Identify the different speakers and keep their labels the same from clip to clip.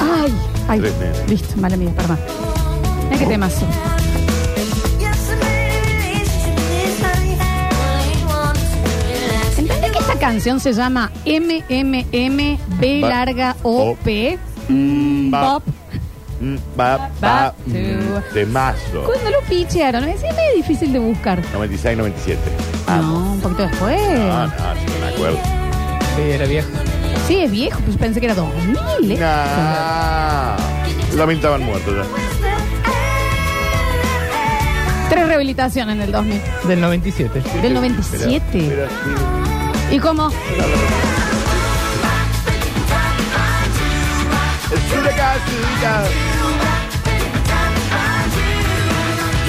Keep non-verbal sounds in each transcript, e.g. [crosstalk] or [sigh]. Speaker 1: Ah,
Speaker 2: Ay,
Speaker 1: Tres nenes.
Speaker 2: listo, mala mía, perdón. Mira qué temazo. ¿Entendés que esta canción se llama MMM B
Speaker 1: Ba-
Speaker 2: larga O
Speaker 1: O-
Speaker 2: P?
Speaker 1: Mm,
Speaker 2: Pop.
Speaker 1: ba- mm, ba-
Speaker 2: Ba-
Speaker 1: ba- mm, Temazo.
Speaker 2: Cuando lo pichearon, es medio difícil de buscar.
Speaker 1: 96, 97. Vamos.
Speaker 2: No, un poquito después.
Speaker 1: Ah, No, no, sí, no me acuerdo.
Speaker 3: Sí, era viejo.
Speaker 2: Sí, es viejo, pues pensé que era 2000. ¿eh?
Speaker 1: No. Los mil estaban muertos ya.
Speaker 2: Tres rehabilitaciones en el 2000.
Speaker 3: Del 97.
Speaker 2: Del 97.
Speaker 1: Pero- pero sí.
Speaker 2: ¿Y cómo?
Speaker 1: Es una casita.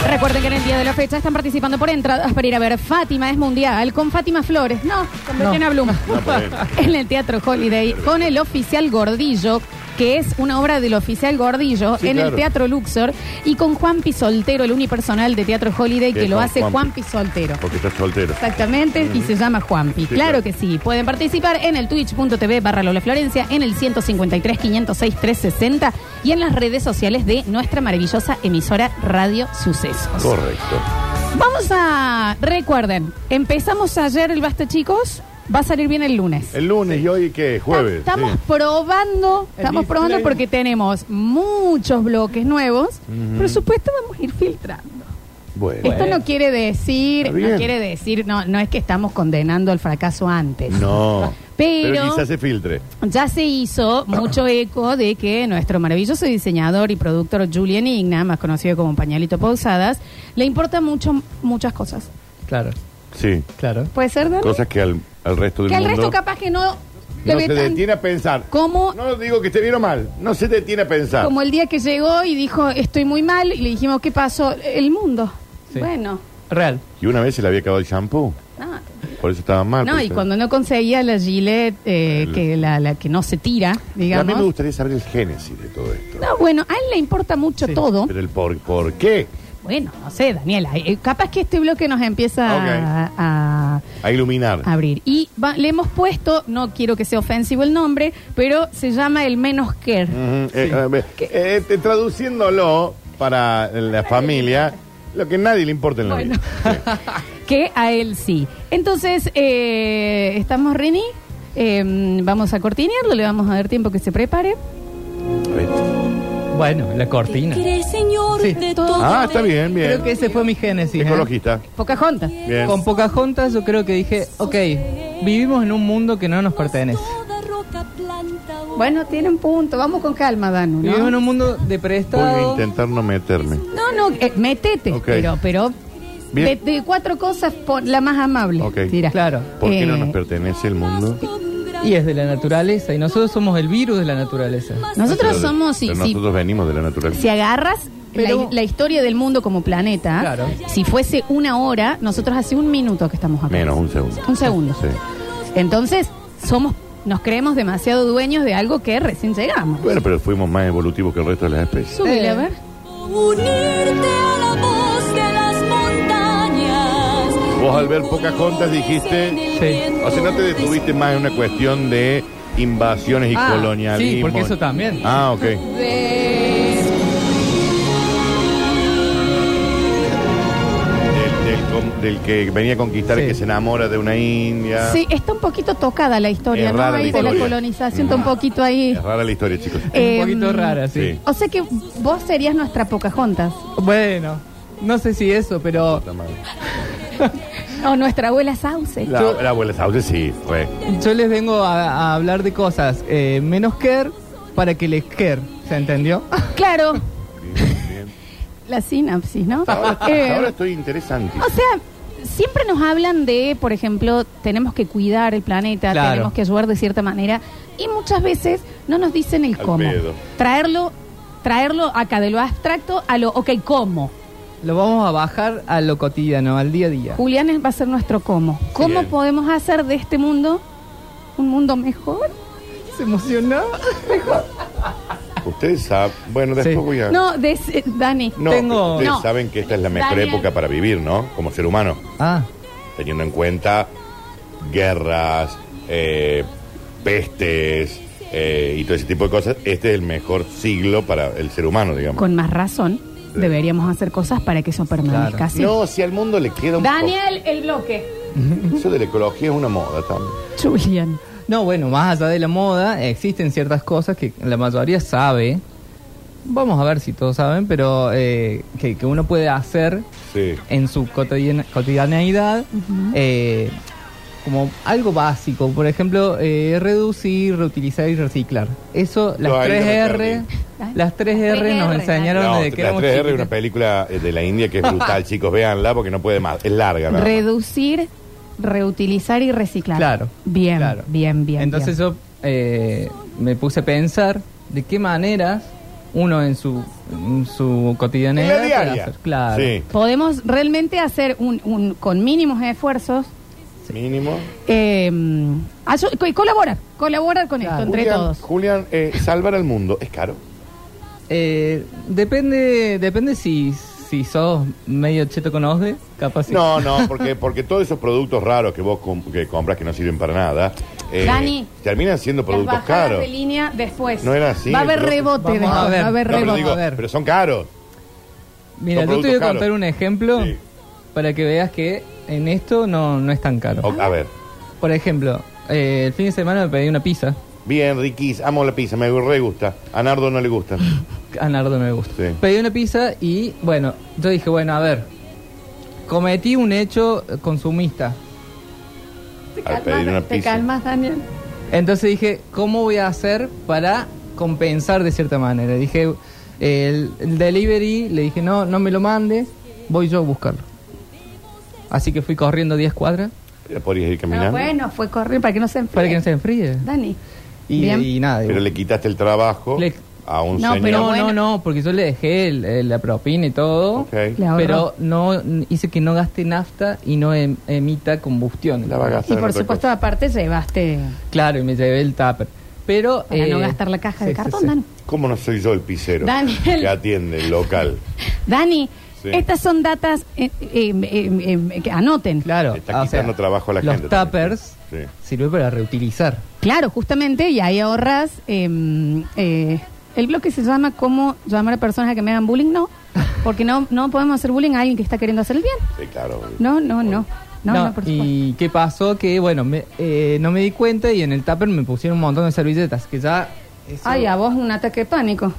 Speaker 2: Recuerden que en el día de la fecha están participando por entradas para ir a ver Fátima es Mundial con Fátima Flores. No, con
Speaker 3: No.
Speaker 2: Bettina Blum.
Speaker 1: [laughs] No, por ahí.
Speaker 2: [laughs] en el Teatro Holiday con el Oficial Gordillo, que es una obra del Oficial Gordillo
Speaker 1: Sí,
Speaker 2: en el
Speaker 1: claro.
Speaker 2: Teatro Luxor y con Juan Pisoltero, el unipersonal de Teatro Holiday
Speaker 1: Que
Speaker 2: que lo
Speaker 1: con
Speaker 2: hace
Speaker 1: Juanpi.
Speaker 2: Juan Pisoltero.
Speaker 1: Porque estás soltero.
Speaker 2: Exactamente, y se llama Juanpi.
Speaker 1: Sí,
Speaker 2: claro
Speaker 1: claro.
Speaker 2: que sí. Pueden participar en el twitch.tv barra Lola Florencia, en el 153 506 360 y en las redes sociales de nuestra maravillosa emisora Radio Sucesos.
Speaker 1: Correcto.
Speaker 2: Vamos a. Recuerden, empezamos ayer el basta, chicos. Va a salir bien el lunes.
Speaker 1: El lunes y hoy, ¿qué? Jueves.
Speaker 2: Ta- Estamos
Speaker 1: sí.
Speaker 2: probando,
Speaker 3: El
Speaker 2: estamos
Speaker 3: display.
Speaker 2: probando porque tenemos muchos bloques nuevos. Por supuesto, vamos a ir filtrando.
Speaker 1: Bueno.
Speaker 2: Esto no quiere decir,
Speaker 1: Está bien.
Speaker 2: no quiere decir, no, no es que estamos condenando al fracaso antes.
Speaker 1: No.
Speaker 2: Pero-
Speaker 1: quizás se filtre.
Speaker 2: Ya se hizo mucho eco de que nuestro maravilloso diseñador y productor Julian Igna, más conocido como Pañalito Pausadas, le importa mucho muchas cosas.
Speaker 3: Claro,
Speaker 1: Sí.
Speaker 3: claro.
Speaker 2: ¿Puede ser, Dani?
Speaker 1: Cosas que al, al resto del
Speaker 2: Que al
Speaker 1: mundo.
Speaker 2: resto capaz que no le
Speaker 1: no
Speaker 2: ve
Speaker 1: se
Speaker 2: tan-
Speaker 1: detiene a pensar.
Speaker 2: ¿Cómo?
Speaker 1: No digo que esté bien o mal. No se detiene a pensar.
Speaker 2: Como el día que llegó y dijo, estoy muy mal, y le dijimos, ¿qué pasó? El mundo.
Speaker 3: Sí.
Speaker 2: Bueno,
Speaker 3: Real.
Speaker 1: Y una vez se le había acabado el shampoo.
Speaker 2: no.
Speaker 1: Por eso estaba mal.
Speaker 2: No,
Speaker 1: por
Speaker 2: y
Speaker 1: eso-
Speaker 2: cuando no conseguía la gilet, eh,
Speaker 1: Ah, pues, eh. El-
Speaker 2: que la, la que no se tira,
Speaker 1: A mí me
Speaker 2: digamos.
Speaker 1: gustaría saber el génesis de todo esto.
Speaker 2: No, bueno, a él le importa mucho
Speaker 3: Sí.
Speaker 2: todo.
Speaker 1: Pero el por, ¿por qué.
Speaker 2: Bueno, no sé, Daniela, eh, capaz que este bloque nos empieza
Speaker 1: Ok.
Speaker 2: a, a-
Speaker 1: A iluminar.
Speaker 2: a abrir. Y va- le hemos puesto, no quiero que sea ofensivo el nombre, pero se llama el menos care.
Speaker 1: Ujú, eh, eh, eh, eh, traduciéndolo para la familia, lo que a nadie le importa en la
Speaker 2: Bueno.
Speaker 1: vida. Sí.
Speaker 2: que a él sí. Entonces, eh, ¿estamos Rini? Eh, vamos a cortinearlo, le vamos a dar tiempo que se prepare.
Speaker 1: A ver.
Speaker 3: Bueno, la
Speaker 4: [laughs]
Speaker 3: cortina. Sí.
Speaker 1: Ah, está bien,
Speaker 3: Creo
Speaker 1: bien.
Speaker 3: que ese fue mi génesis. ¿eh?
Speaker 1: Ecologista.
Speaker 2: Pocahontas.
Speaker 1: Bien.
Speaker 3: Con Pocahontas yo creo que dije, ok, vivimos en un mundo que no nos pertenece.
Speaker 2: Bueno, tiene un punto. Vamos con calma, Danu.
Speaker 3: Vivimos en
Speaker 2: ¿no?
Speaker 3: un mundo de
Speaker 1: Voy a
Speaker 3: prestado.
Speaker 1: intentar no meterme.
Speaker 2: No, no, eh, métete.
Speaker 1: Ok.
Speaker 2: Pero, pero de,
Speaker 1: Bien.
Speaker 2: de cuatro cosas, pon la más amable.
Speaker 1: Ok.
Speaker 2: Tira.
Speaker 3: Claro.
Speaker 1: ¿Por qué no
Speaker 2: Eh,
Speaker 1: nos pertenece el mundo?
Speaker 3: Y es de la naturaleza. Y nosotros somos el virus de la naturaleza.
Speaker 2: Nosotros
Speaker 1: Pero-
Speaker 2: somos, si,
Speaker 1: pero
Speaker 2: si-
Speaker 1: nosotros venimos de la naturaleza.
Speaker 2: si agarras
Speaker 3: Pero-
Speaker 2: la, la historia del mundo como planeta,
Speaker 3: Claro.
Speaker 2: si fuese una hora, nosotros hace un minuto que estamos acá.
Speaker 1: Menos un segundo.
Speaker 2: Un segundo.
Speaker 1: Sí.
Speaker 2: Entonces, somos, nos creemos demasiado dueños de algo que recién llegamos.
Speaker 1: Bueno, pero fuimos más evolutivos que el resto de las especies.
Speaker 2: Súbele,
Speaker 3: Eh.
Speaker 2: a ver.
Speaker 4: Unirte a la voz de las montañas.
Speaker 1: Vos al ver Pocahontas dijiste,
Speaker 3: Sí.
Speaker 1: o sea, no te detuviste más en una cuestión de invasiones y
Speaker 3: Ah,
Speaker 1: colonialismo.
Speaker 3: sí, porque eso también.
Speaker 1: Ah, ok. Del, del com- del que venía a conquistar,
Speaker 3: Sí.
Speaker 1: que se enamora de una india.
Speaker 2: Sí, está un poquito tocada la historia,
Speaker 1: Es
Speaker 2: ¿no?
Speaker 1: rara la
Speaker 2: Ahí de la
Speaker 1: historia. Mm.
Speaker 2: colonización, está un poquito ahí.
Speaker 1: Es rara la historia, chicos.
Speaker 2: Eh,
Speaker 3: Es un poquito rara, sí.
Speaker 1: sí.
Speaker 2: O sea que vos serías nuestra Pocahontas.
Speaker 3: Bueno, no sé si eso, pero
Speaker 2: O nuestra abuela Sauce.
Speaker 1: La,
Speaker 3: Yo-
Speaker 1: la abuela Sauce sí, fue.
Speaker 3: yo les vengo a, a hablar de cosas eh, menos care para que les care. ¿Se entendió?
Speaker 2: Claro,
Speaker 1: Bien, bien.
Speaker 2: la sinapsis, ¿no?
Speaker 3: [laughs]
Speaker 1: Ahora,
Speaker 2: Eh,
Speaker 1: ahora estoy interesante.
Speaker 2: O sea, siempre nos hablan de, por ejemplo, tenemos que cuidar el planeta,
Speaker 3: Claro.
Speaker 2: tenemos que ayudar de cierta manera, y muchas veces no nos dicen el
Speaker 1: Al
Speaker 2: cómo.
Speaker 1: pedo.
Speaker 2: Traerlo, traerlo acá de lo abstracto a lo, ok, ¿cómo?
Speaker 3: Lo vamos a bajar a lo cotidiano, al día a día.
Speaker 2: Julián es- va a ser nuestro cómo. ¿Cómo
Speaker 1: Bien.
Speaker 2: podemos hacer de este mundo un mundo mejor?
Speaker 3: ¿Se emocionó?
Speaker 1: Ustedes saben. Bueno, después
Speaker 3: Sí.
Speaker 1: voy a.
Speaker 2: No, de ese- Dani.
Speaker 1: No,
Speaker 3: Tengo-
Speaker 1: ustedes
Speaker 2: No.
Speaker 1: saben que esta es la mejor
Speaker 2: Daniel.
Speaker 1: época para vivir, ¿no? Como ser humano,
Speaker 3: Ah,
Speaker 1: teniendo en cuenta guerras, eh, pestes, eh, y todo ese tipo de cosas, este es el mejor siglo para el ser humano, digamos.
Speaker 2: Con más razón, deberíamos hacer cosas para que eso permanezca
Speaker 3: Claro.
Speaker 2: así.
Speaker 1: No, si al mundo le queda un
Speaker 2: Daniel, el bloque.
Speaker 1: poco- Eso de la ecología es una moda también.
Speaker 2: Julian.
Speaker 3: No, bueno, más allá de la moda, existen ciertas cosas que la mayoría sabe. Vamos a ver si todos saben, pero eh, que, que uno puede hacer
Speaker 1: Sí.
Speaker 3: en su cotidian- cotidianeidad eh, como algo básico. Por ejemplo, eh, reducir, reutilizar y reciclar. Eso, las
Speaker 1: No, ahí
Speaker 3: tres
Speaker 1: no me
Speaker 3: R,
Speaker 2: perdí.
Speaker 3: las tres R nos
Speaker 2: 3R,
Speaker 3: enseñaron
Speaker 1: No,
Speaker 3: desde que
Speaker 1: la
Speaker 3: éramos
Speaker 1: 3R es
Speaker 3: chiquitos.
Speaker 1: una película eh, de la India que
Speaker 2: [laughs]
Speaker 1: es brutal, chicos, véanla porque no puede más. Es larga, ¿verdad?
Speaker 2: Reducir, reutilizar y reciclar.
Speaker 3: Claro.
Speaker 2: Bien,
Speaker 3: claro.
Speaker 2: bien, bien.
Speaker 3: Entonces
Speaker 2: bien.
Speaker 3: yo eh, me puse a pensar de qué maneras uno en su, en su cotidianidad.
Speaker 1: En la
Speaker 3: puede
Speaker 1: diaria.
Speaker 3: hacer. Claro.
Speaker 1: Sí.
Speaker 2: Podemos realmente hacer un, un- con mínimos esfuerzos.
Speaker 1: Mínimo.
Speaker 2: eh, ayu- co- colaborar, colaborar con
Speaker 3: Claro.
Speaker 2: esto entre
Speaker 1: Julián,
Speaker 2: todos.
Speaker 1: Julián, eh, salvar al mundo es caro.
Speaker 3: Eh, depende depende si, si sos medio cheto con osde, capaz. sí.
Speaker 1: No, no, porque, porque todos esos productos raros que vos com- que compras que no sirven para nada, eh,
Speaker 2: Dani,
Speaker 1: terminan siendo
Speaker 2: Las
Speaker 1: productos
Speaker 2: bajadas
Speaker 1: caros.
Speaker 2: de línea después.
Speaker 1: No era así,
Speaker 2: Va a haber
Speaker 1: pero-
Speaker 2: rebote
Speaker 3: Vamos
Speaker 2: después,
Speaker 3: a ver.
Speaker 2: va a haber
Speaker 1: No, pero,
Speaker 2: rebote.
Speaker 1: digo,
Speaker 3: a ver.
Speaker 1: pero son caros.
Speaker 3: Mira,
Speaker 1: son
Speaker 3: yo te voy a
Speaker 1: productos
Speaker 3: contar
Speaker 1: caros.
Speaker 3: un ejemplo
Speaker 1: Sí.
Speaker 3: para que veas que en esto no, no es tan caro.
Speaker 1: O- a ver,
Speaker 3: Por ejemplo, eh, el fin de semana me pedí una pizza.
Speaker 1: bien, riquís, amo la pizza, me re gusta. A Nardo no
Speaker 2: [laughs]
Speaker 1: le gusta.
Speaker 3: A Nardo no me gusta.
Speaker 1: Sí.
Speaker 3: Pedí una pizza y, bueno, yo dije, bueno, a ver, cometí un hecho eh, consumista.
Speaker 2: Te
Speaker 1: Al pedir una
Speaker 2: calmas, te
Speaker 1: pizza.
Speaker 2: calmas, Daniel.
Speaker 3: Entonces dije, ¿cómo voy a hacer para compensar de cierta manera? Dije, el, el delivery, le dije, no, no me lo mandes, voy yo a buscarlo. Así que fui corriendo 10 cuadras
Speaker 1: Ya podrías ir
Speaker 2: No,
Speaker 1: caminando.
Speaker 2: Ah, bueno, fue correr para que no se enfríe.
Speaker 3: para que no se enfríe.
Speaker 2: Dani.
Speaker 3: Y,
Speaker 2: Bien.
Speaker 3: y nada.
Speaker 1: Pero
Speaker 3: y-
Speaker 1: le quitaste el trabajo
Speaker 3: Le-
Speaker 1: a un
Speaker 2: No,
Speaker 1: señor.
Speaker 2: pero
Speaker 3: no,
Speaker 2: bueno.
Speaker 3: no, no, porque yo le dejé el- el- la propina y todo.
Speaker 1: Ok.
Speaker 2: Le ahorró.
Speaker 3: Pero no n- hice que no gaste nafta y no em- emita combustión.
Speaker 1: La va a gastar
Speaker 2: Y
Speaker 1: en
Speaker 2: por
Speaker 1: otra
Speaker 2: supuesto,
Speaker 1: cosa.
Speaker 2: aparte, llevaste
Speaker 3: Claro, y me llevé el tupper. Pero
Speaker 2: para no
Speaker 3: eh,
Speaker 2: gastar la caja de
Speaker 3: sí, sí,
Speaker 2: cartón,
Speaker 3: sí.
Speaker 2: Dani.
Speaker 1: ¿Cómo no soy yo el pisero
Speaker 2: Daniel.
Speaker 1: que atiende el
Speaker 2: [laughs]
Speaker 1: local?
Speaker 2: Dani,
Speaker 1: Sí.
Speaker 2: estas son datas eh, eh, eh, eh, que anoten. Claro.
Speaker 3: Claro.
Speaker 1: Le está quitando trabajo a la
Speaker 3: los
Speaker 1: gente
Speaker 3: Los
Speaker 1: también.
Speaker 3: tuppers
Speaker 1: Sí.
Speaker 3: sirve para reutilizar.
Speaker 2: justamente, y ahí ahorras. eh, eh, el bloque se llama ¿Cómo llamar a personas a que me hagan bullying?
Speaker 1: [laughs]
Speaker 2: No, porque no, no podemos hacer bullying a alguien que está queriendo hacer el bien.
Speaker 1: Sí, claro.
Speaker 2: No, no, no. No, no, por supuesto.
Speaker 3: y qué pasó que, bueno, me- eh, no me di cuenta y en el tupper me pusieron un montón de servilletas que ya... eso-
Speaker 2: Ay, a vos un ataque de pánico.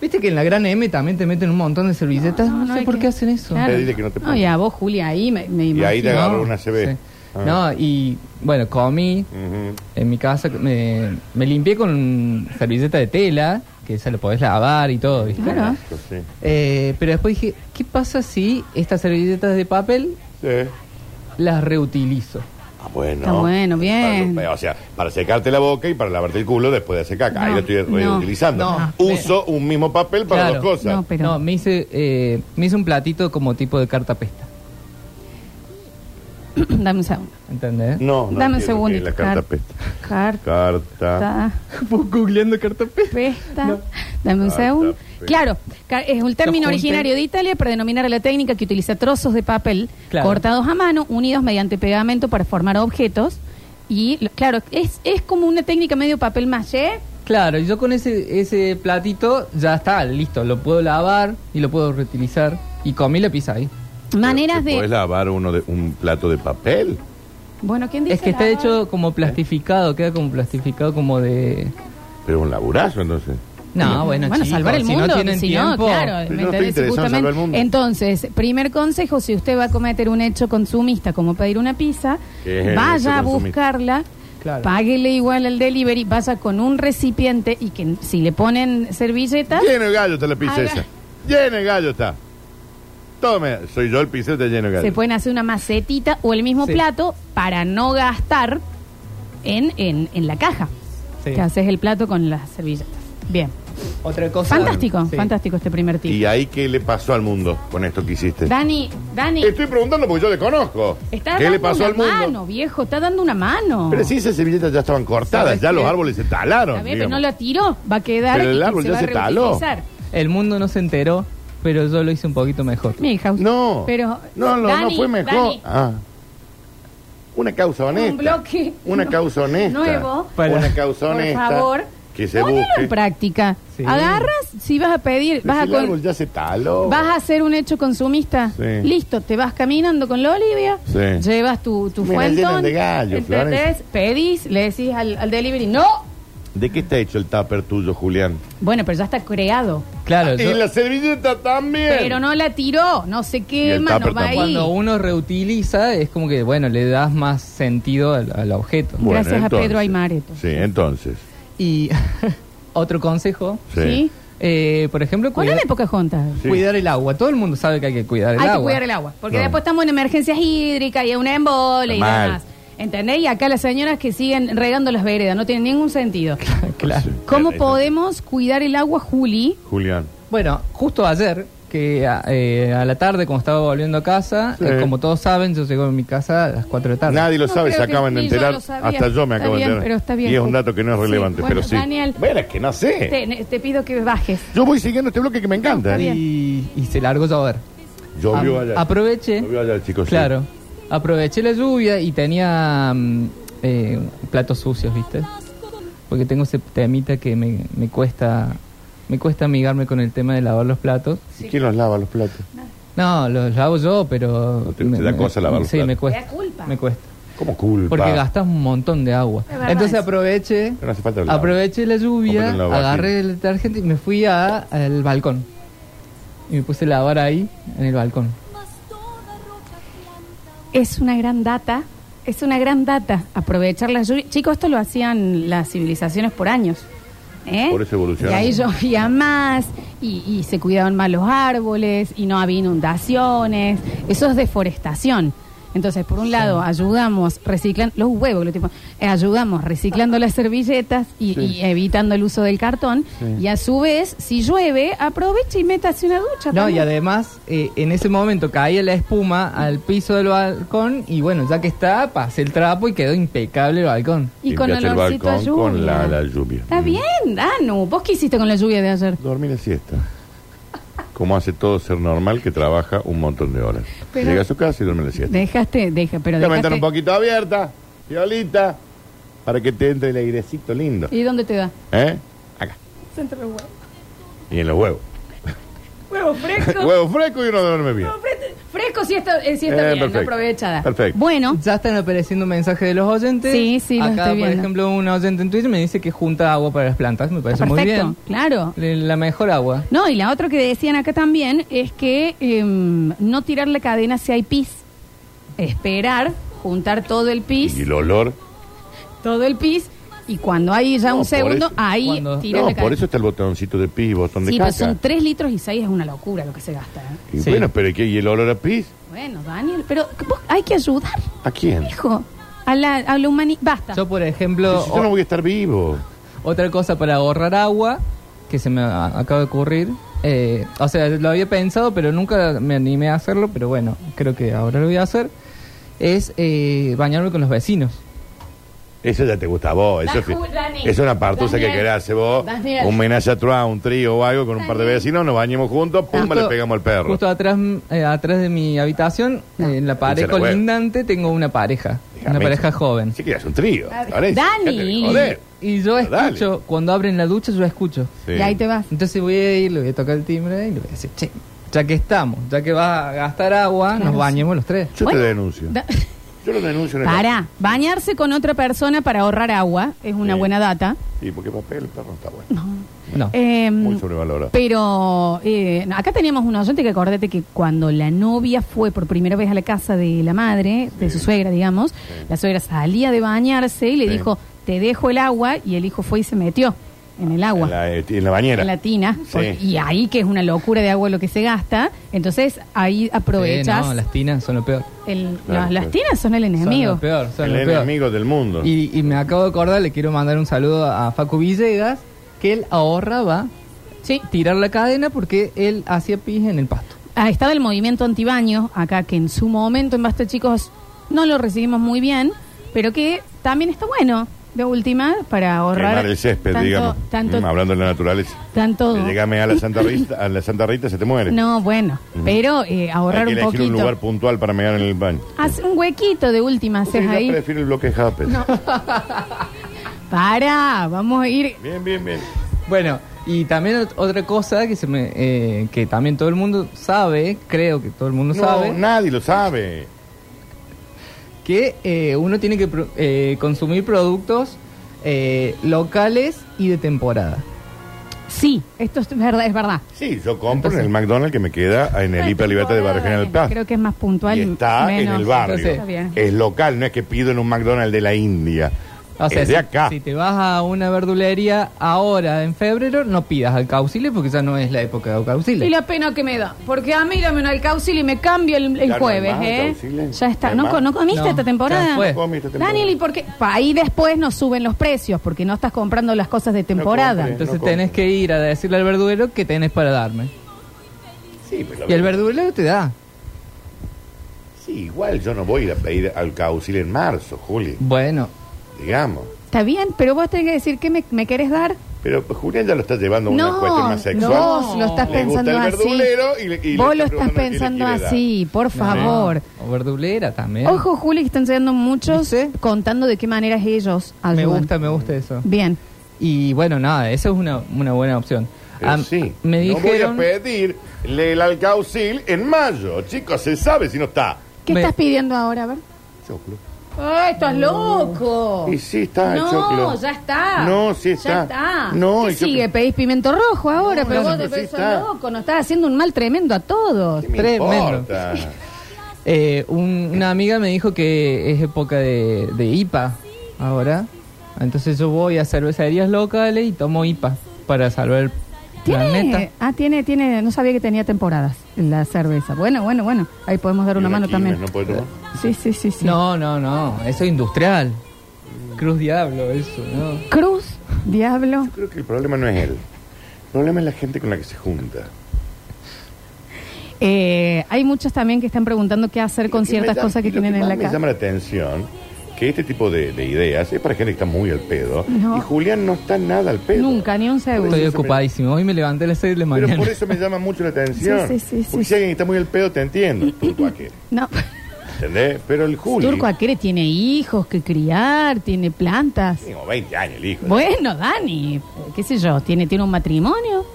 Speaker 3: ¿Viste que en la gran M también te meten un montón de servilletas? No, sé
Speaker 2: hay
Speaker 3: por
Speaker 2: que-
Speaker 3: qué hacen eso.
Speaker 2: Claro.
Speaker 1: Pedile que no te
Speaker 2: No,
Speaker 1: pongan.
Speaker 2: y a vos, Julia, ahí me, me
Speaker 1: Y ahí te
Speaker 2: imagino.
Speaker 1: agarró una CB.
Speaker 3: sí.
Speaker 1: Ah.
Speaker 3: No, y bueno, comí.
Speaker 1: Ujú.
Speaker 3: En mi casa me, me limpié con servilleta de tela, que esa lo podés lavar y todo, ¿viste?
Speaker 2: Claro.
Speaker 1: Yo sí.
Speaker 3: Eh, pero después dije, ¿qué pasa si estas servilletas de papel
Speaker 1: Sí.
Speaker 3: las reutilizo?
Speaker 1: Ah, bueno.
Speaker 2: Está bueno, bien.
Speaker 1: Para- o sea, para secarte la boca y para lavarte el culo después de hacer caca. Ahí
Speaker 2: No,
Speaker 1: lo estoy
Speaker 2: no,
Speaker 1: reutilizando.
Speaker 3: no.
Speaker 1: Uso un mismo papel para
Speaker 3: Claro,
Speaker 1: dos cosas.
Speaker 2: no, Pero-
Speaker 3: no, me hice, eh, me hice un platito como tipo de carta pesta,
Speaker 2: [clears throat] Dame un segundo.
Speaker 3: ¿entendés?
Speaker 1: No, no
Speaker 2: Dame un
Speaker 1: entiendo qué
Speaker 2: segundo.
Speaker 1: es La carta pesta.
Speaker 2: Carta.
Speaker 1: Carta.
Speaker 3: [laughs] Vos googleando carta pesta.
Speaker 2: Pesta. Dame un segundo.
Speaker 1: Carta,
Speaker 2: Claro, ca- es un término
Speaker 3: Lo junté.
Speaker 2: originario de Italia para denominar a la técnica que utiliza trozos de papel
Speaker 3: Claro.
Speaker 2: cortados a mano, unidos mediante pegamento para formar objetos. Y lo- claro, es, es como una técnica medio papel maché.
Speaker 3: Claro, y yo con ese, ese platito ya está, listo, lo puedo lavar y lo puedo reutilizar. Y comí la pizza ahí.
Speaker 2: Maneras
Speaker 1: ¿Puedes
Speaker 2: de.
Speaker 1: lavar uno de un plato de papel?
Speaker 2: Bueno, ¿quién dice?
Speaker 3: Es que está
Speaker 2: lavar?
Speaker 3: hecho como plastificado, queda como plastificado como de...
Speaker 1: Pero un laburazo, entonces.
Speaker 3: No, bueno,
Speaker 2: Bueno,
Speaker 3: chicos,
Speaker 2: salvar el
Speaker 3: si
Speaker 2: mundo,
Speaker 3: no tienen
Speaker 2: si no,
Speaker 3: tiempo,
Speaker 2: claro.
Speaker 1: Pero
Speaker 2: ¿me
Speaker 1: yo no estoy
Speaker 2: entendés?
Speaker 1: interesado en
Speaker 2: Justamente-
Speaker 1: salvar el mundo.
Speaker 2: Entonces, primer consejo, si usted va a cometer un hecho consumista como pedir una pizza,
Speaker 1: ¿Qué es el hecho
Speaker 2: vaya a
Speaker 1: consumista?
Speaker 2: buscarla,
Speaker 3: Claro.
Speaker 2: páguele igual al delivery, vaya con un recipiente y que si le ponen servilletas,
Speaker 1: Lleno de gallo está la pizza
Speaker 2: Haga-
Speaker 1: esa. Lleno de gallo está. Tome, soy yo el pizzero, está lleno de gallo.
Speaker 2: se pueden hacer una macetita o el mismo
Speaker 3: Sí.
Speaker 2: plato para no gastar en, en, en la caja.
Speaker 3: Sí.
Speaker 2: Que haces el plato con las servilletas. Bien.
Speaker 3: Otra cosa.
Speaker 2: Fantástico,
Speaker 3: Sí.
Speaker 2: fantástico este primer tip.
Speaker 1: ¿Y ahí qué le pasó al mundo con esto que hiciste?
Speaker 2: Dani, Dani.
Speaker 1: Estoy preguntando porque yo le conozco.
Speaker 2: Está
Speaker 1: ¿Qué
Speaker 2: dando
Speaker 1: le pasó
Speaker 2: una
Speaker 1: al mundo?
Speaker 2: mano, viejo, está dando una mano.
Speaker 1: Pero si esas servilletas ya estaban cortadas,
Speaker 3: ¿Sabes
Speaker 1: ya
Speaker 3: qué?
Speaker 1: los árboles se talaron.
Speaker 2: A ver, pero
Speaker 1: digamos.
Speaker 2: no la tiró, va a quedar.
Speaker 1: Pero el
Speaker 2: y
Speaker 1: árbol ya
Speaker 2: va a
Speaker 1: se taló.
Speaker 2: reutilizar.
Speaker 3: El mundo no se enteró, pero yo lo hice un poquito mejor.
Speaker 2: Milhouse.
Speaker 1: No,
Speaker 2: Pero,
Speaker 1: no, no, no
Speaker 2: Dani,
Speaker 1: fue mejor.
Speaker 2: Dani,
Speaker 1: Ah, Una causa honesta.
Speaker 2: Un bloque
Speaker 1: Una
Speaker 2: [laughs]
Speaker 1: causa honesta.
Speaker 2: nuevo.
Speaker 3: Para-
Speaker 1: Una causa
Speaker 2: Por
Speaker 1: honesta.
Speaker 2: favor,
Speaker 1: Que se
Speaker 2: ponelo
Speaker 1: busque.
Speaker 2: en práctica.
Speaker 3: Sí.
Speaker 2: Agarras, si vas a pedir,
Speaker 1: Pero
Speaker 2: vas a,
Speaker 1: si el
Speaker 2: con-
Speaker 1: árbol ya se taló.
Speaker 2: vas a hacer un hecho consumista.
Speaker 1: Sí.
Speaker 2: Listo, te vas caminando con la Olivia,
Speaker 1: Sí.
Speaker 2: llevas tu, tu
Speaker 1: Me la llenan
Speaker 2: fuentón,
Speaker 1: de gallo,
Speaker 2: ¿entendés?
Speaker 1: Florencia.
Speaker 2: pedís, le decís al, al delivery, no.
Speaker 1: ¿De qué está hecho el tupper tuyo, Julián?
Speaker 2: Bueno, pero ya está creado.
Speaker 3: Claro, yo-
Speaker 1: Y la servilleta también.
Speaker 2: Pero no la tiró, no se quema, no
Speaker 1: tupper
Speaker 2: va
Speaker 1: tampoco.
Speaker 2: ahí.
Speaker 3: cuando uno reutiliza, es como que, bueno, le das más sentido al, al objeto.
Speaker 1: Bueno,
Speaker 2: Gracias a
Speaker 1: entonces.
Speaker 2: Pedro Aymareto.
Speaker 1: Sí, entonces.
Speaker 3: Y [laughs] otro consejo,
Speaker 1: Sí.
Speaker 2: ¿Sí?
Speaker 3: eh, por ejemplo,
Speaker 2: ¿Cuál es
Speaker 3: cuida-
Speaker 2: la época juntas?
Speaker 1: Sí.
Speaker 3: cuidar el agua. Todo el mundo sabe que hay que cuidar el
Speaker 2: Hay
Speaker 3: agua.
Speaker 2: que cuidar el agua, porque
Speaker 1: No.
Speaker 2: después estamos en emergencias hídricas y en una embola y
Speaker 1: Mal.
Speaker 2: demás. ¿Entendés? Y acá las señoras que siguen regando las veredas, no tienen ningún [laughs] sentido.
Speaker 3: Claro.
Speaker 1: Sí.
Speaker 2: ¿Cómo
Speaker 1: Eh, eh,
Speaker 2: podemos cuidar el agua, Juli?
Speaker 1: Julián.
Speaker 3: Bueno, justo ayer, que a, eh, a la tarde, cuando estaba volviendo a casa,
Speaker 1: Sí.
Speaker 3: eh, como todos saben, yo llego a mi casa a las 4 de la tarde.
Speaker 1: Nadie lo
Speaker 2: No
Speaker 1: sabe, se
Speaker 2: creo que
Speaker 1: acaban de
Speaker 2: ni yo
Speaker 1: enterar.
Speaker 2: lo sabía.
Speaker 1: Hasta yo me
Speaker 2: Está
Speaker 1: acabo de
Speaker 2: bien,
Speaker 1: enterar.
Speaker 2: pero está bien,
Speaker 1: y es un
Speaker 2: Juan.
Speaker 1: dato que no es
Speaker 2: Sí,
Speaker 1: relevante,
Speaker 2: bueno,
Speaker 1: pero sí.
Speaker 2: Daniel.
Speaker 1: Bueno, es que no sé.
Speaker 2: Te, te pido que bajes.
Speaker 1: Yo voy siguiendo este bloque que me encanta.
Speaker 2: Está bien.
Speaker 3: y, y se largó a llover.
Speaker 1: Llovió
Speaker 3: Am-
Speaker 1: allá.
Speaker 3: Aproveché.
Speaker 1: Llovió allá, chicos. Pues sí.
Speaker 3: Ah, Claro. Aproveché la lluvia y tenía mm, eh, platos sucios, ¿viste? Porque tengo ese temita que me, me cuesta me cuesta amigarme con el tema de lavar los platos.
Speaker 1: ¿Y quién los lava los platos?
Speaker 3: No, los lavo yo, pero...
Speaker 1: No te- te da
Speaker 3: me-
Speaker 1: cosa lavar los
Speaker 3: Sí, me
Speaker 2: Te
Speaker 1: platos.
Speaker 3: cuesta.
Speaker 2: da culpa.
Speaker 3: Me cuesta.
Speaker 1: ¿Cómo culpa?
Speaker 3: Porque gastas un montón de agua.
Speaker 2: Es verdad
Speaker 3: Entonces
Speaker 2: eso.
Speaker 3: aproveché,
Speaker 1: Pero no hace falta hablar.
Speaker 3: aproveché la lluvia,
Speaker 1: Cómprate un lavavajillas.
Speaker 3: agarré el detergente y me fui a- al balcón. Y me puse a lavar ahí, en el balcón.
Speaker 2: Es una gran data. Es una gran data. Aprovechar la lluvia. Chicos, esto lo hacían las civilizaciones por años. ¿eh?
Speaker 1: Por eso evolucionaron.
Speaker 2: Y ahí llovía más y, y se cuidaban más los árboles y no había inundaciones. Eso es deforestación. Entonces, por un lado, ayudamos reciclando los huevos, que lo tipo, eh, ayudamos reciclando las servilletas y, y evitando el uso del cartón. Y a su vez, si llueve, aprovecha y métase una ducha.
Speaker 3: No, y
Speaker 2: también.
Speaker 3: además, eh, en ese momento caía la espuma al piso del balcón y bueno, ya que está, pasé el trapo y quedó impecable el balcón.
Speaker 2: Y con
Speaker 1: Limpiaste el
Speaker 2: olorcito a
Speaker 1: balcón
Speaker 2: lluvia.
Speaker 1: con la- la lluvia.
Speaker 2: Está
Speaker 1: Mm.
Speaker 2: bien, Danu. ¿Vos qué hiciste con la lluvia de ayer?
Speaker 1: Dormir la siesta. Como hace todo ser normal que trabaja un montón de horas.
Speaker 2: Pero-
Speaker 1: Llega a su casa y duerme la siesta.
Speaker 2: Dejaste, deja, pero
Speaker 1: La ventana
Speaker 2: dejaste.
Speaker 1: un poquito abierta, violita, para que te entre el airecito lindo.
Speaker 2: ¿Y dónde te da?
Speaker 1: ¿Eh? Acá.
Speaker 2: Centro de huevo.
Speaker 1: Y en
Speaker 2: [laughs]
Speaker 1: los huevos. [laughs]
Speaker 2: Huevo fresco.
Speaker 1: Huevos frescos y uno duerme bien.
Speaker 2: Fresco si está, eh, sí está
Speaker 1: Eh,
Speaker 2: bien,
Speaker 1: perfecto.
Speaker 2: aprovechada.
Speaker 1: Perfecto.
Speaker 2: Bueno,
Speaker 3: Ya están apareciendo mensajes de los oyentes.
Speaker 2: Ah. Sí, sí, los
Speaker 3: Acá,
Speaker 2: estoy
Speaker 3: por
Speaker 2: viendo.
Speaker 3: ejemplo, un oyente en Twitch me dice que junta agua para las plantas. Me parece
Speaker 2: está
Speaker 3: muy
Speaker 2: perfecto,
Speaker 3: bien.
Speaker 2: claro.
Speaker 3: Le- La mejor agua.
Speaker 2: No, y la otra que decían acá también es que em, no tirar la cadena si hay pis. Esperar, juntar todo el pis,
Speaker 1: Y el olor.
Speaker 2: todo el pis, y cuando hay ya
Speaker 1: No,
Speaker 2: un
Speaker 1: por
Speaker 2: segundo,
Speaker 1: eso.
Speaker 2: ahí
Speaker 3: Cuando-
Speaker 2: tirar
Speaker 1: No,
Speaker 2: la cadena.
Speaker 1: por eso está el botoncito de pis, botón de
Speaker 2: sí, pues,
Speaker 1: caca.
Speaker 2: pero son 3 litros y 6 es una locura lo que se gasta. ¿eh?
Speaker 1: Y
Speaker 3: Sí.
Speaker 1: bueno, pero ¿y qué? ¿Y el olor a pis?
Speaker 2: Bueno, Daniel, pero vos- hay que ayudar,
Speaker 1: ¿A quién?
Speaker 2: hijo, a la, a la humanidad. Basta.
Speaker 3: Yo, por ejemplo,
Speaker 1: Si yo no voy a estar vivo.
Speaker 3: Otra cosa para ahorrar agua, que se me a- acaba de ocurrir. eh, o sea, lo había pensado, pero nunca me animé a hacerlo, pero bueno, creo que ahora lo voy a hacer. Es eh, bañarme con los vecinos.
Speaker 1: Eso ya te gusta a vos. Eso
Speaker 2: Da-
Speaker 1: es, fi-
Speaker 2: Dani.
Speaker 1: es una partusa que
Speaker 2: Daniel.
Speaker 1: querés hacer vos.
Speaker 2: Daniel.
Speaker 1: Un menaje a trois, un trío o algo con un par de vecinos, nos bañemos juntos, pum,
Speaker 3: Justo-
Speaker 1: le pegamos al perro.
Speaker 3: Justo atrás, eh, atrás de mi habitación, eh, en la pared
Speaker 1: Pincha la hueva.
Speaker 3: colindante, tengo una pareja.
Speaker 1: Déjame
Speaker 3: una pareja
Speaker 1: eso.
Speaker 3: joven.
Speaker 1: Sí que es un trío.
Speaker 2: Dani.
Speaker 1: Florencia,
Speaker 2: Dani.
Speaker 1: déjate de joder.
Speaker 3: Y yo
Speaker 1: Pero dale.
Speaker 3: escucho, cuando abren la ducha, yo escucho.
Speaker 1: Sí.
Speaker 2: Y ahí te vas.
Speaker 3: Entonces voy a ir, le voy a tocar el timbre y le voy a decir, che, ya que estamos, ya que vas a gastar agua, nos bañemos los tres.
Speaker 1: Yo
Speaker 2: Bueno,
Speaker 1: te denuncio.
Speaker 2: da-
Speaker 1: Yo lo denuncio
Speaker 2: [laughs]
Speaker 1: en el...
Speaker 2: Para, bañarse con otra persona para ahorrar agua es una
Speaker 1: Sí.
Speaker 2: buena data.
Speaker 1: Sí, porque papel, perro está bueno.
Speaker 3: No.
Speaker 2: Eh,
Speaker 1: Muy sobrevalorado.
Speaker 2: pero eh, acá teníamos un oyente que acordate que cuando la novia fue por primera vez a la casa de la madre, de su suegra, digamos, la suegra salía de bañarse y le
Speaker 1: Sí.
Speaker 2: dijo, te dejo el agua, y el hijo fue y se metió en el agua.
Speaker 1: En la, eh, en la bañera.
Speaker 2: en la tina,
Speaker 1: Sí.
Speaker 2: por- y ahí que es una locura de agua lo que se gasta, entonces ahí aprovechas.
Speaker 3: Sí, Eh, no, las tinas son lo peor.
Speaker 2: el-
Speaker 1: Claro,
Speaker 2: las, las
Speaker 1: claro.
Speaker 2: tinas son el enemigo.
Speaker 3: Son lo peor, son
Speaker 1: El
Speaker 3: lo peor.
Speaker 1: enemigo del mundo.
Speaker 3: Y, y me acabo de acordar, le quiero mandar un saludo a Facu Villegas, que él ahorraba
Speaker 2: Sí.
Speaker 3: tirar la cadena porque él hacía pis en el pasto.
Speaker 2: Ah, estaba el movimiento antibaño acá, que en su momento en Basta Chicos no lo recibimos muy bien, pero que también está bueno. de última para ahorrar
Speaker 1: Quemar el césped,
Speaker 2: tanto,
Speaker 1: digamos.
Speaker 2: tanto,
Speaker 1: Mm, hablando de la naturaleza.
Speaker 2: tanto-
Speaker 1: Le llegame a
Speaker 2: [laughs]
Speaker 1: la Santa Rita, a la Santa Rita se te muere.
Speaker 2: No, bueno, pero eh, ahorrar
Speaker 1: Hay
Speaker 2: un
Speaker 1: que elegir
Speaker 2: poquito.
Speaker 1: un lugar puntual para mear en el baño.
Speaker 2: Haz un huequito de última, haces
Speaker 1: Sí, yo
Speaker 2: ahí.
Speaker 1: prefiero el bloque Happy.
Speaker 2: Para, vamos a ir.
Speaker 1: Bien, bien, bien.
Speaker 3: Bueno, y también ot- otra cosa que se me, eh, que también todo el mundo sabe, creo que todo el mundo sabe,
Speaker 1: nadie lo sabe.
Speaker 3: que eh, uno tiene que pro- eh, consumir productos eh, locales y de temporada.
Speaker 2: Sí, esto es verdad, es verdad.
Speaker 1: Sí, yo compro
Speaker 3: Entonces-
Speaker 1: en el McDonald's que me queda en el Hiper Libertad de Barrio General Paz.
Speaker 2: Creo que es más puntual.
Speaker 1: Y está
Speaker 2: menos-
Speaker 1: en el barrio.
Speaker 3: Entonces-
Speaker 2: Está bien.
Speaker 1: es local, no es que pido en un McDonald's de la India.
Speaker 3: Ah, O sea,
Speaker 1: es de
Speaker 3: si-
Speaker 1: acá.
Speaker 3: Si, te vas a una verdulería ahora en febrero, no pidas alcauciles porque ya no es la época de
Speaker 2: Y
Speaker 3: alcauciles.
Speaker 2: la pena que me da, porque a mí dame un alcaucil y me cambio el, el
Speaker 1: Ya no hay
Speaker 2: jueves,
Speaker 1: más
Speaker 2: ¿eh?
Speaker 1: alcauciles,
Speaker 2: Ya
Speaker 1: no
Speaker 2: está.
Speaker 1: hay
Speaker 2: ¿No,
Speaker 1: más.
Speaker 2: co- no comiste
Speaker 3: No,
Speaker 2: esta temporada?
Speaker 3: ya fue.
Speaker 1: Comí esta temporada.
Speaker 2: Daniel, ¿y por qué? Pa, ahí después nos suben los precios, porque no estás comprando las cosas de temporada.
Speaker 1: compré.
Speaker 3: Entonces
Speaker 1: no
Speaker 3: tenés
Speaker 1: compro.
Speaker 3: que ir a decirle al verdulero que tenés para darme.
Speaker 1: Sí, pero
Speaker 3: Y el verdulero te da.
Speaker 1: sí, igual yo no voy a ir a pedir al Caucil en marzo, Juli.
Speaker 3: Bueno,
Speaker 1: Digamos.
Speaker 2: Está bien, pero vos tenés que decir, ¿qué me, me querés dar?
Speaker 1: Pero pues, Julián ya lo está llevando a una
Speaker 2: no,
Speaker 1: cuestión más sexual.
Speaker 2: vos lo estás
Speaker 1: Le gusta
Speaker 2: pensando
Speaker 1: el
Speaker 2: así.
Speaker 1: verdulero y le- y le
Speaker 2: vos
Speaker 1: está
Speaker 2: lo estás
Speaker 1: preguntando qué le
Speaker 2: pensando
Speaker 1: quiere dar.
Speaker 2: así, por favor.
Speaker 3: No, o verdulera también.
Speaker 2: Ojo, Juli, que están llegando muchos
Speaker 3: ¿Viste?
Speaker 2: contando de qué maneras ellos
Speaker 3: me
Speaker 2: ayudan.
Speaker 3: gusta, me gusta eso.
Speaker 2: Bien.
Speaker 3: Y bueno, nada, esa es una, una buena opción.
Speaker 1: Pero
Speaker 3: Am-
Speaker 1: sí,
Speaker 3: Ah, me
Speaker 1: no
Speaker 3: dijeron,
Speaker 1: voy a pedir el alcaucil en mayo. Chicos, se sabe si no está.
Speaker 2: ¿Qué
Speaker 3: Me-
Speaker 2: estás pidiendo ahora? A ver.
Speaker 1: Choclo.
Speaker 2: ¡Ay, estás loco!
Speaker 1: Y sí está el
Speaker 2: Oh. No,
Speaker 1: choclo.
Speaker 2: ya está.
Speaker 1: No, sí está.
Speaker 2: Ya está.
Speaker 1: No,
Speaker 2: ¿Qué
Speaker 1: el choclo-
Speaker 2: sigue? Pedís pimiento rojo ahora,
Speaker 1: No,
Speaker 2: pero
Speaker 1: no,
Speaker 2: vos
Speaker 1: pero
Speaker 2: te
Speaker 1: sí
Speaker 2: pensás
Speaker 1: está.
Speaker 2: loco. Nos estás haciendo un mal tremendo a todos.
Speaker 1: ¿Qué me
Speaker 2: [laughs]
Speaker 3: Tremendo.
Speaker 1: importa?
Speaker 3: eh, un- una amiga me dijo que es época de, de IPA ahora. Entonces yo voy a cervecerías locales y tomo IPA para salvar el planeta.
Speaker 2: Tiene, ah, tiene, tiene, no sabía que tenía temporadas la cerveza. Bueno, bueno, bueno, ahí podemos dar una
Speaker 1: Y
Speaker 2: mano
Speaker 1: Quilmes,
Speaker 2: también.
Speaker 1: No puede tomar.
Speaker 2: Sí, sí, sí, sí.
Speaker 3: No, no, no, eso es industrial. Cruz Diablo, eso, ¿no?
Speaker 2: Cruz, diablo.
Speaker 1: Creo que el problema no es él. El problema es la gente con la que se junta.
Speaker 2: Eh, hay muchos también que están preguntando qué hacer con
Speaker 1: Y me
Speaker 2: ciertas
Speaker 1: llama-
Speaker 2: cosas que
Speaker 1: y lo
Speaker 2: tienen en
Speaker 1: más
Speaker 2: la
Speaker 1: Me llama
Speaker 2: casa.
Speaker 1: la atención que este tipo de, de ideas es para gente que está muy al pedo.
Speaker 2: No.
Speaker 1: Y Julián no está nada al pedo.
Speaker 2: Nunca, ni un segundo.
Speaker 3: Estoy ocupadísimo. Hoy me levanté a las 6 de la
Speaker 1: Pero
Speaker 3: mañana.
Speaker 1: por eso me llama mucho la atención.
Speaker 2: Sí, sí, sí,
Speaker 1: Porque
Speaker 2: sí,
Speaker 1: si alguien está muy al pedo, te
Speaker 2: [laughs]
Speaker 1: entiendo. Turco aquel.
Speaker 2: No.
Speaker 1: ¿Entendés? Pero el Juli.
Speaker 2: Turco Aquere tiene hijos que criar, tiene plantas.
Speaker 1: tiene como 20 años el hijo.
Speaker 2: Bueno, Dani, qué sé yo, tiene, tiene un matrimonio.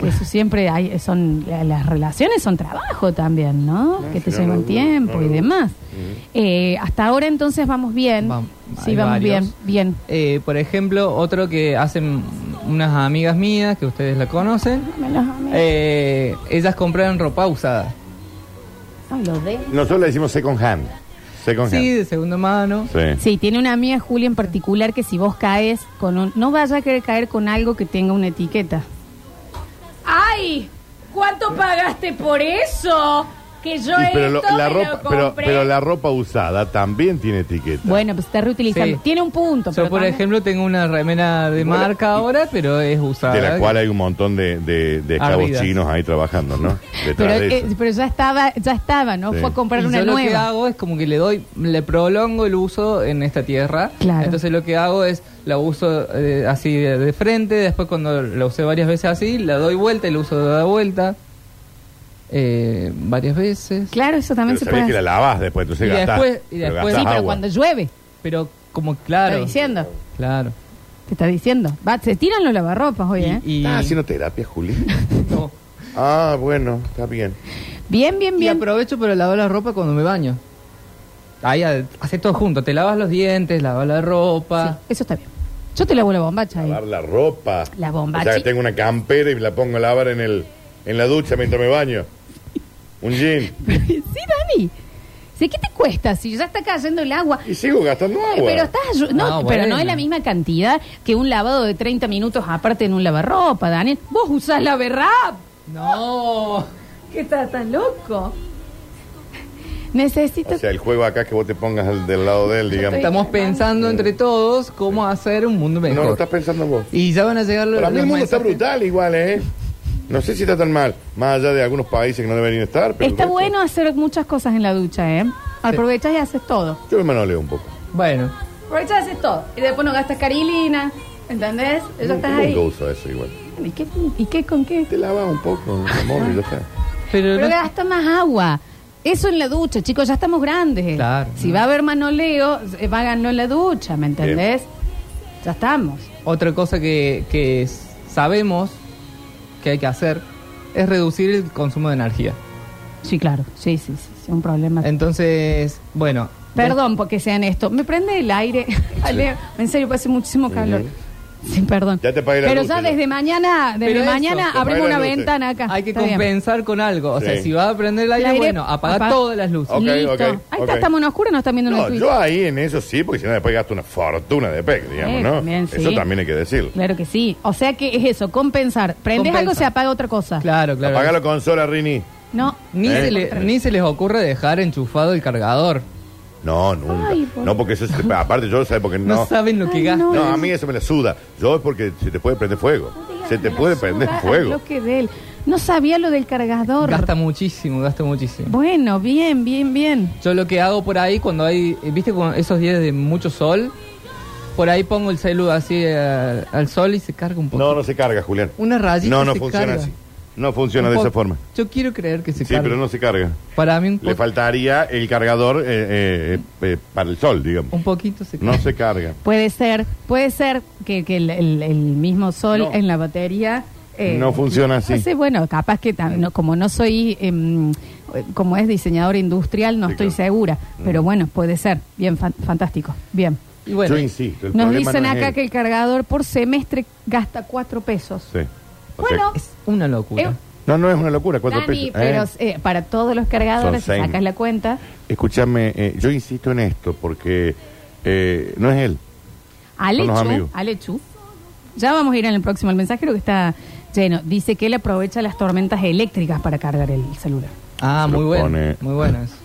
Speaker 2: Que eso siempre hay, son, la- las relaciones son trabajo también, ¿no?
Speaker 1: No,
Speaker 2: que te
Speaker 1: si no, no
Speaker 2: llevan
Speaker 1: dudo,
Speaker 2: tiempo
Speaker 1: no
Speaker 2: y
Speaker 1: dudo.
Speaker 2: demás. Eh, hasta ahora entonces vamos bien.
Speaker 3: Vam-
Speaker 2: sí,
Speaker 3: hay
Speaker 2: vamos bien,
Speaker 3: varios.
Speaker 2: bien.
Speaker 3: Eh, por ejemplo, otro que hacen unas amigas mías, que ustedes la conocen,
Speaker 2: Me los amé.
Speaker 3: eh, ellas compraron ropa usada.
Speaker 2: Ay, Ah, lo de-
Speaker 1: Nosotros le decimos second hand. Second
Speaker 3: Sí,
Speaker 1: hand.
Speaker 3: de segunda mano.
Speaker 1: Sí.
Speaker 2: Sí, tiene una amiga Julia en particular que si vos caes con un... No vaya a querer caer con algo que tenga una etiqueta. ¡Ay! ¿Cuánto pagaste por eso? Que yo
Speaker 1: Y pero, lo- la ropa, pero, pero la ropa usada también tiene etiqueta.
Speaker 2: Bueno, pues está reutilizando.
Speaker 3: Sí.
Speaker 2: Tiene un punto.
Speaker 3: Yo,
Speaker 2: pero
Speaker 3: por
Speaker 2: también-
Speaker 3: ejemplo, tengo una remera de
Speaker 1: Bueno,
Speaker 3: marca ahora, pero es usada.
Speaker 1: de la cual hay un montón de, de, de esclavos
Speaker 3: Ardidas.
Speaker 1: chinos ahí trabajando, ¿no? Detrás
Speaker 2: Pero,
Speaker 1: de
Speaker 2: eh,
Speaker 1: eso.
Speaker 2: pero ya estaba, ya estaba, ¿no?
Speaker 1: Sí.
Speaker 2: Fue a comprar
Speaker 3: Y
Speaker 2: una
Speaker 3: yo lo que
Speaker 2: nueva.
Speaker 3: hago es como que le doy, le prolongo el uso en esta tierra.
Speaker 2: Claro.
Speaker 3: Entonces lo que hago es la uso eh, así de, de frente, después cuando la usé varias veces así, la doy vuelta y la uso de la vuelta eh, varias veces.
Speaker 2: Claro, eso también se
Speaker 1: Pero
Speaker 2: puede.
Speaker 1: sabés que la
Speaker 2: hacer.
Speaker 1: lavas después, entonces
Speaker 3: Y
Speaker 1: gastás.
Speaker 3: después- y
Speaker 1: pero
Speaker 3: después-
Speaker 2: Sí,
Speaker 1: gastás
Speaker 2: pero
Speaker 1: agua.
Speaker 2: cuando llueve,
Speaker 3: Pero como
Speaker 2: te
Speaker 3: claro.
Speaker 2: está diciendo.
Speaker 3: Claro.
Speaker 2: Te está diciendo. Va, se tiran los lavarropas hoy, ¿eh?
Speaker 3: Y, y-
Speaker 1: ¿Estás Ah, haciendo terapia, Juli?
Speaker 3: no.
Speaker 1: [laughs] ah, bueno, está bien.
Speaker 2: Bien, bien,
Speaker 3: Y
Speaker 2: bien.
Speaker 3: aprovecho para lavar la ropa cuando me baño. Ahí a- hace todo junto, te lavas los dientes, lavas la ropa.
Speaker 2: Sí, eso está bien. Yo te lavo la bombacha eh. ahí.
Speaker 1: Lavar la ropa.
Speaker 2: La bomba,
Speaker 1: O sea, que
Speaker 2: chi-
Speaker 1: tengo una campera y la pongo a lavar en, el, en la ducha mientras me baño. Un jean.
Speaker 2: [laughs] sí, Dani. Sí, ¿Qué te cuesta si ya está cayendo el agua?
Speaker 1: Y sigo gastando agua.
Speaker 2: Eh, Pero estás ayu- no,
Speaker 3: Ah,
Speaker 2: pero
Speaker 3: bueno.
Speaker 2: no es la misma cantidad que un lavado de 30 minutos aparte en un lavarropa, Daniel. Vos usás la berrap.
Speaker 3: No.
Speaker 2: ¿Qué estás tan loco? Necesito.
Speaker 1: O sea, el juego acá es que vos te pongas al- del lado de él, digamos.
Speaker 3: Estamos pensando entre todos cómo hacer un mundo
Speaker 1: No, lo
Speaker 3: mejor.
Speaker 1: estás pensando vos.
Speaker 3: Y ya van a llegar los,
Speaker 1: Para mí el
Speaker 3: los
Speaker 1: mundo está
Speaker 3: mensajes.
Speaker 1: brutal igual, ¿eh? No sé si está tan mal. Más allá de algunos países que no deberían estar. Pero el
Speaker 2: Está
Speaker 1: resto-
Speaker 2: bueno hacer muchas cosas en la ducha, ¿eh? Aprovechas y haces todo.
Speaker 1: Yo me manoleo un poco.
Speaker 3: Bueno,
Speaker 2: Aprovechás, haces todo. Y después no gastas carilina. ¿Entendés? Eso
Speaker 1: Nunca
Speaker 2: estás ahí.
Speaker 1: uso eso igual.
Speaker 2: ¿Y qué, ¿Y qué con qué?
Speaker 1: Te lavas un poco, amor, y ya está.
Speaker 3: Pero,
Speaker 2: Pero
Speaker 3: no-
Speaker 2: gasta más agua. Eso en la ducha, chicos, ya estamos grandes.
Speaker 3: Claro.
Speaker 2: si va a haber manoleo, eh, háganlo en la ducha, ¿me entendés? Ya estamos.
Speaker 3: otra cosa que, que s- sabemos que hay que hacer es reducir el consumo de energía.
Speaker 2: Sí, claro. Sí, sí, sí, sí, un problema.
Speaker 3: Entonces, bueno.
Speaker 2: Perdón porque sean esto. Me prende el aire. [laughs] Ale, en serio, hace muchísimo calor. Sí, perdón.
Speaker 1: Ya te apagué la
Speaker 2: Pero
Speaker 1: luz,
Speaker 2: ya
Speaker 1: ya.
Speaker 2: desde mañana, desde
Speaker 3: Pero eso,
Speaker 2: mañana
Speaker 1: te apagué
Speaker 2: abrimos
Speaker 1: la
Speaker 2: una
Speaker 1: luz, sí.
Speaker 2: ventana acá.
Speaker 3: Hay que
Speaker 2: Está bien.
Speaker 3: compensar con algo. O sea,
Speaker 1: Sí.
Speaker 3: si vas a prender el aire, bueno, apaga
Speaker 2: apa-
Speaker 3: todas las luces.
Speaker 1: Ok,
Speaker 2: Listo.
Speaker 1: ok,
Speaker 2: Ahí
Speaker 1: ok.
Speaker 2: está, estamos en oscuro, no están viendo
Speaker 1: No,
Speaker 2: los
Speaker 1: yo ahí en eso sí, porque si no después gasto una fortuna de PEC, digamos,
Speaker 2: Eh,
Speaker 1: ¿no?
Speaker 2: también, sí.
Speaker 1: Eso también hay que decirlo.
Speaker 2: Claro que sí. O sea que es eso, compensar. Prendes
Speaker 3: Compensa.
Speaker 2: algo, se apaga otra cosa.
Speaker 3: Claro, claro.
Speaker 1: Apagalo con sola, Rini.
Speaker 2: No.
Speaker 3: Ni,
Speaker 1: Eh.
Speaker 3: se le- ni se les ocurre dejar enchufado el cargador.
Speaker 1: No, nunca.
Speaker 2: Ay, por-
Speaker 1: no, porque eso se te- aparte yo lo sé porque
Speaker 3: No,
Speaker 1: no.
Speaker 3: saben lo
Speaker 2: Ay,
Speaker 3: que gastan.
Speaker 2: no.
Speaker 1: No, a mí eso me la suda. Yo es porque se te puede prender fuego. Se te puede prender
Speaker 2: Suba al
Speaker 1: fuego.
Speaker 2: bloque de él. No sabía lo del cargador.
Speaker 3: Gasta muchísimo, gasta muchísimo.
Speaker 2: Bueno, bien, bien, bien.
Speaker 3: Yo lo que hago por ahí cuando hay, viste, con esos días de mucho sol, por ahí pongo el celu así eh, al sol y se carga un poco.
Speaker 1: No, no se carga, Julián.
Speaker 3: Una rayita
Speaker 1: No, no
Speaker 3: se
Speaker 1: funciona
Speaker 3: carga.
Speaker 1: así. No funciona
Speaker 3: Un
Speaker 1: de
Speaker 3: po-
Speaker 1: esa forma.
Speaker 3: Yo quiero creer que se
Speaker 1: Sí,
Speaker 3: carga.
Speaker 1: pero no se carga.
Speaker 3: Para mí un, po-
Speaker 1: Le faltaría el cargador eh, eh, eh, eh, para el sol, digamos.
Speaker 3: un poquito se
Speaker 1: No
Speaker 3: carga.
Speaker 1: se carga.
Speaker 2: Puede ser, puede ser que, que el, el- el mismo sol
Speaker 1: No.
Speaker 2: en la batería... eh,
Speaker 1: No funciona así.
Speaker 2: no sé, bueno, capaz que tam- no, como no soy, em, eh, como es diseñador industrial, no
Speaker 1: Sí,
Speaker 2: estoy
Speaker 1: claro.
Speaker 2: segura. Pero bueno, puede ser. Bien, fan- fantástico. Bien.
Speaker 3: Y bueno,
Speaker 1: Yo insisto. el
Speaker 2: Nos
Speaker 1: problema
Speaker 2: dicen
Speaker 1: no es
Speaker 2: acá
Speaker 1: él.
Speaker 2: que el cargador por semestre gasta cuatro pesos.
Speaker 1: Sí. O sea-
Speaker 2: Bueno,
Speaker 3: es una locura.
Speaker 2: Eh,
Speaker 1: No, no es una locura, cuatro
Speaker 2: Dani,
Speaker 1: pesos.
Speaker 2: pero
Speaker 1: Eh.
Speaker 2: eh, para todos los cargadores,
Speaker 1: Son
Speaker 2: si
Speaker 1: seis.
Speaker 2: sacas la cuenta.
Speaker 1: Escúchame, eh, yo insisto en esto porque eh, no es él. Son los
Speaker 2: Alechu,
Speaker 1: amigos.
Speaker 2: Alechu. Ya vamos a ir en el próximo. El mensajero que está lleno. Dice que él aprovecha las tormentas eléctricas para cargar el celular.
Speaker 3: Ah,
Speaker 1: Se lo
Speaker 3: muy
Speaker 1: pone-
Speaker 3: bueno. Muy bueno eso.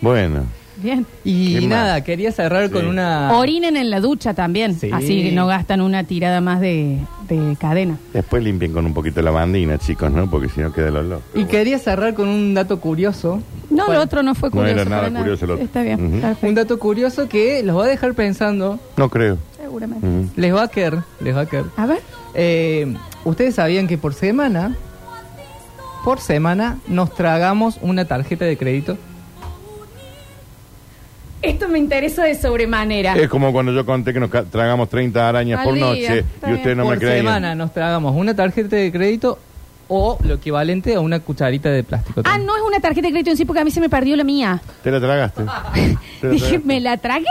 Speaker 1: Bueno,
Speaker 2: Bien.
Speaker 1: ¿Qué
Speaker 3: Y
Speaker 1: más?
Speaker 3: nada, quería cerrar
Speaker 1: Sí.
Speaker 3: con una...
Speaker 2: Orinen en la ducha también.
Speaker 3: Ah. Sí.
Speaker 2: Así que no gastan una tirada más de, de cadena.
Speaker 1: después limpien con un poquito la bandina, chicos, ¿no? Porque si no queda el olor.
Speaker 3: Y quería cerrar con un dato curioso.
Speaker 2: No,
Speaker 3: Bueno,
Speaker 2: lo otro no fue
Speaker 1: No era
Speaker 2: curioso.
Speaker 1: nada
Speaker 2: para
Speaker 1: curioso el otro.
Speaker 2: Está bien.
Speaker 1: Ujú.
Speaker 2: perfecto.
Speaker 3: Un dato curioso que los va a dejar pensando.
Speaker 1: No creo.
Speaker 2: Seguramente.
Speaker 1: Mm.
Speaker 3: Les va a caer, les va a caer.
Speaker 2: A ver.
Speaker 3: Eh, Ustedes sabían que por semana, por semana, nos tragamos una tarjeta de crédito.
Speaker 2: Esto me interesa de sobremanera.
Speaker 1: Es como cuando yo conté que nos ca- tragamos 30 arañas
Speaker 2: Al
Speaker 1: por
Speaker 2: día,
Speaker 1: noche
Speaker 2: está
Speaker 1: y ustedes
Speaker 2: bien.
Speaker 1: no
Speaker 3: por
Speaker 1: me creían.
Speaker 3: semana nos tragamos una tarjeta de crédito o lo equivalente a una cucharita de plástico.
Speaker 2: Ah,
Speaker 3: también.
Speaker 2: no es una tarjeta de crédito en sí porque a mí se me perdió la mía.
Speaker 1: ¿Te
Speaker 2: [laughs]
Speaker 1: la tragaste? ¿Te la
Speaker 2: Dije,
Speaker 1: tragaste?
Speaker 2: me la tragué.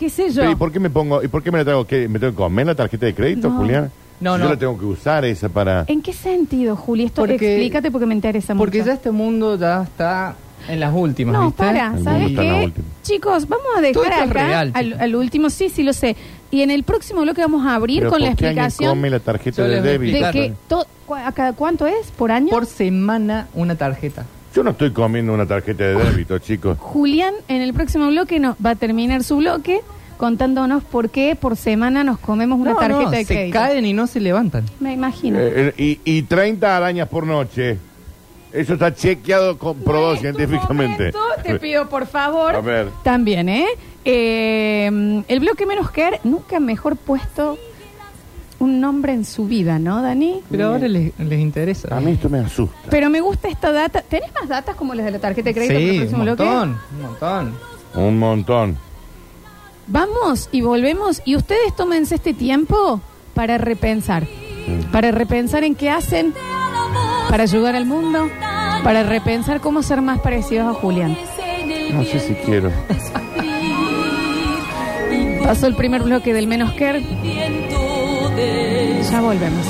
Speaker 2: ¿Qué sé yo?
Speaker 1: Pero, ¿Y por qué me pongo? ¿Y por qué me la trago? ¿Qué, ¿Me tengo que comer la tarjeta de crédito,
Speaker 2: No.
Speaker 1: Julián?
Speaker 3: No,
Speaker 1: Si
Speaker 3: no.
Speaker 1: Yo la tengo que usar esa para.
Speaker 2: ¿En qué sentido, Juli? Esto
Speaker 3: Porque-
Speaker 2: explícate porque me interesa
Speaker 3: Porque
Speaker 2: mucho.
Speaker 3: ya este mundo ya está en las últimas.
Speaker 2: No,
Speaker 3: ¿viste?
Speaker 2: para,
Speaker 1: El mundo
Speaker 2: ¿sabes
Speaker 1: está en la
Speaker 2: qué?
Speaker 1: última.
Speaker 2: Chicos, vamos a
Speaker 3: Todo
Speaker 2: dejar
Speaker 3: esto es
Speaker 2: acá
Speaker 3: real,
Speaker 2: al,
Speaker 3: chicos.
Speaker 2: al último, sí, sí, lo sé. Y en el próximo bloque vamos a abrir
Speaker 1: Pero
Speaker 2: con la
Speaker 1: ¿por qué alguien
Speaker 2: explicación
Speaker 1: come la tarjeta
Speaker 3: Yo
Speaker 1: de
Speaker 3: les voy a
Speaker 1: débito?
Speaker 2: de
Speaker 3: explicar.
Speaker 2: que to- cu- a cada cuánto es por año.
Speaker 3: Por semana una tarjeta.
Speaker 1: Yo no estoy comiendo una tarjeta de débito, chicos.
Speaker 2: Julián en el próximo bloque nos va a terminar su bloque contándonos por qué por semana nos comemos una
Speaker 3: No,
Speaker 2: tarjeta
Speaker 3: no,
Speaker 2: de
Speaker 3: se
Speaker 2: crédito.
Speaker 3: caen y no se levantan.
Speaker 2: Me imagino.
Speaker 1: Eh, eh, y, y 30 arañas por noche. Eso está chequeado, comprobado
Speaker 2: En tu
Speaker 1: científicamente.
Speaker 2: momento, te pido por favor.
Speaker 1: A ver.
Speaker 2: También, ¿eh? Eh, El bloque menos care, nunca mejor puesto un nombre en su vida, ¿no, Dani?
Speaker 3: Pero ahora les, les interesa.
Speaker 1: A mí esto me asusta.
Speaker 2: Pero me gusta esta data. ¿Tenés más datas como las de la tarjeta de crédito para el
Speaker 3: Sí,
Speaker 2: próximo
Speaker 3: un
Speaker 2: bloque?
Speaker 3: montón, un montón.
Speaker 1: Un montón.
Speaker 2: Vamos y volvemos. Y ustedes tómense este tiempo para repensar. Para repensar en qué hacen, para ayudar al mundo, para repensar cómo ser más parecidos a Julián.
Speaker 1: No sé si quiero.
Speaker 2: [laughs] Pasó el primer bloque del menos care. Ya volvemos.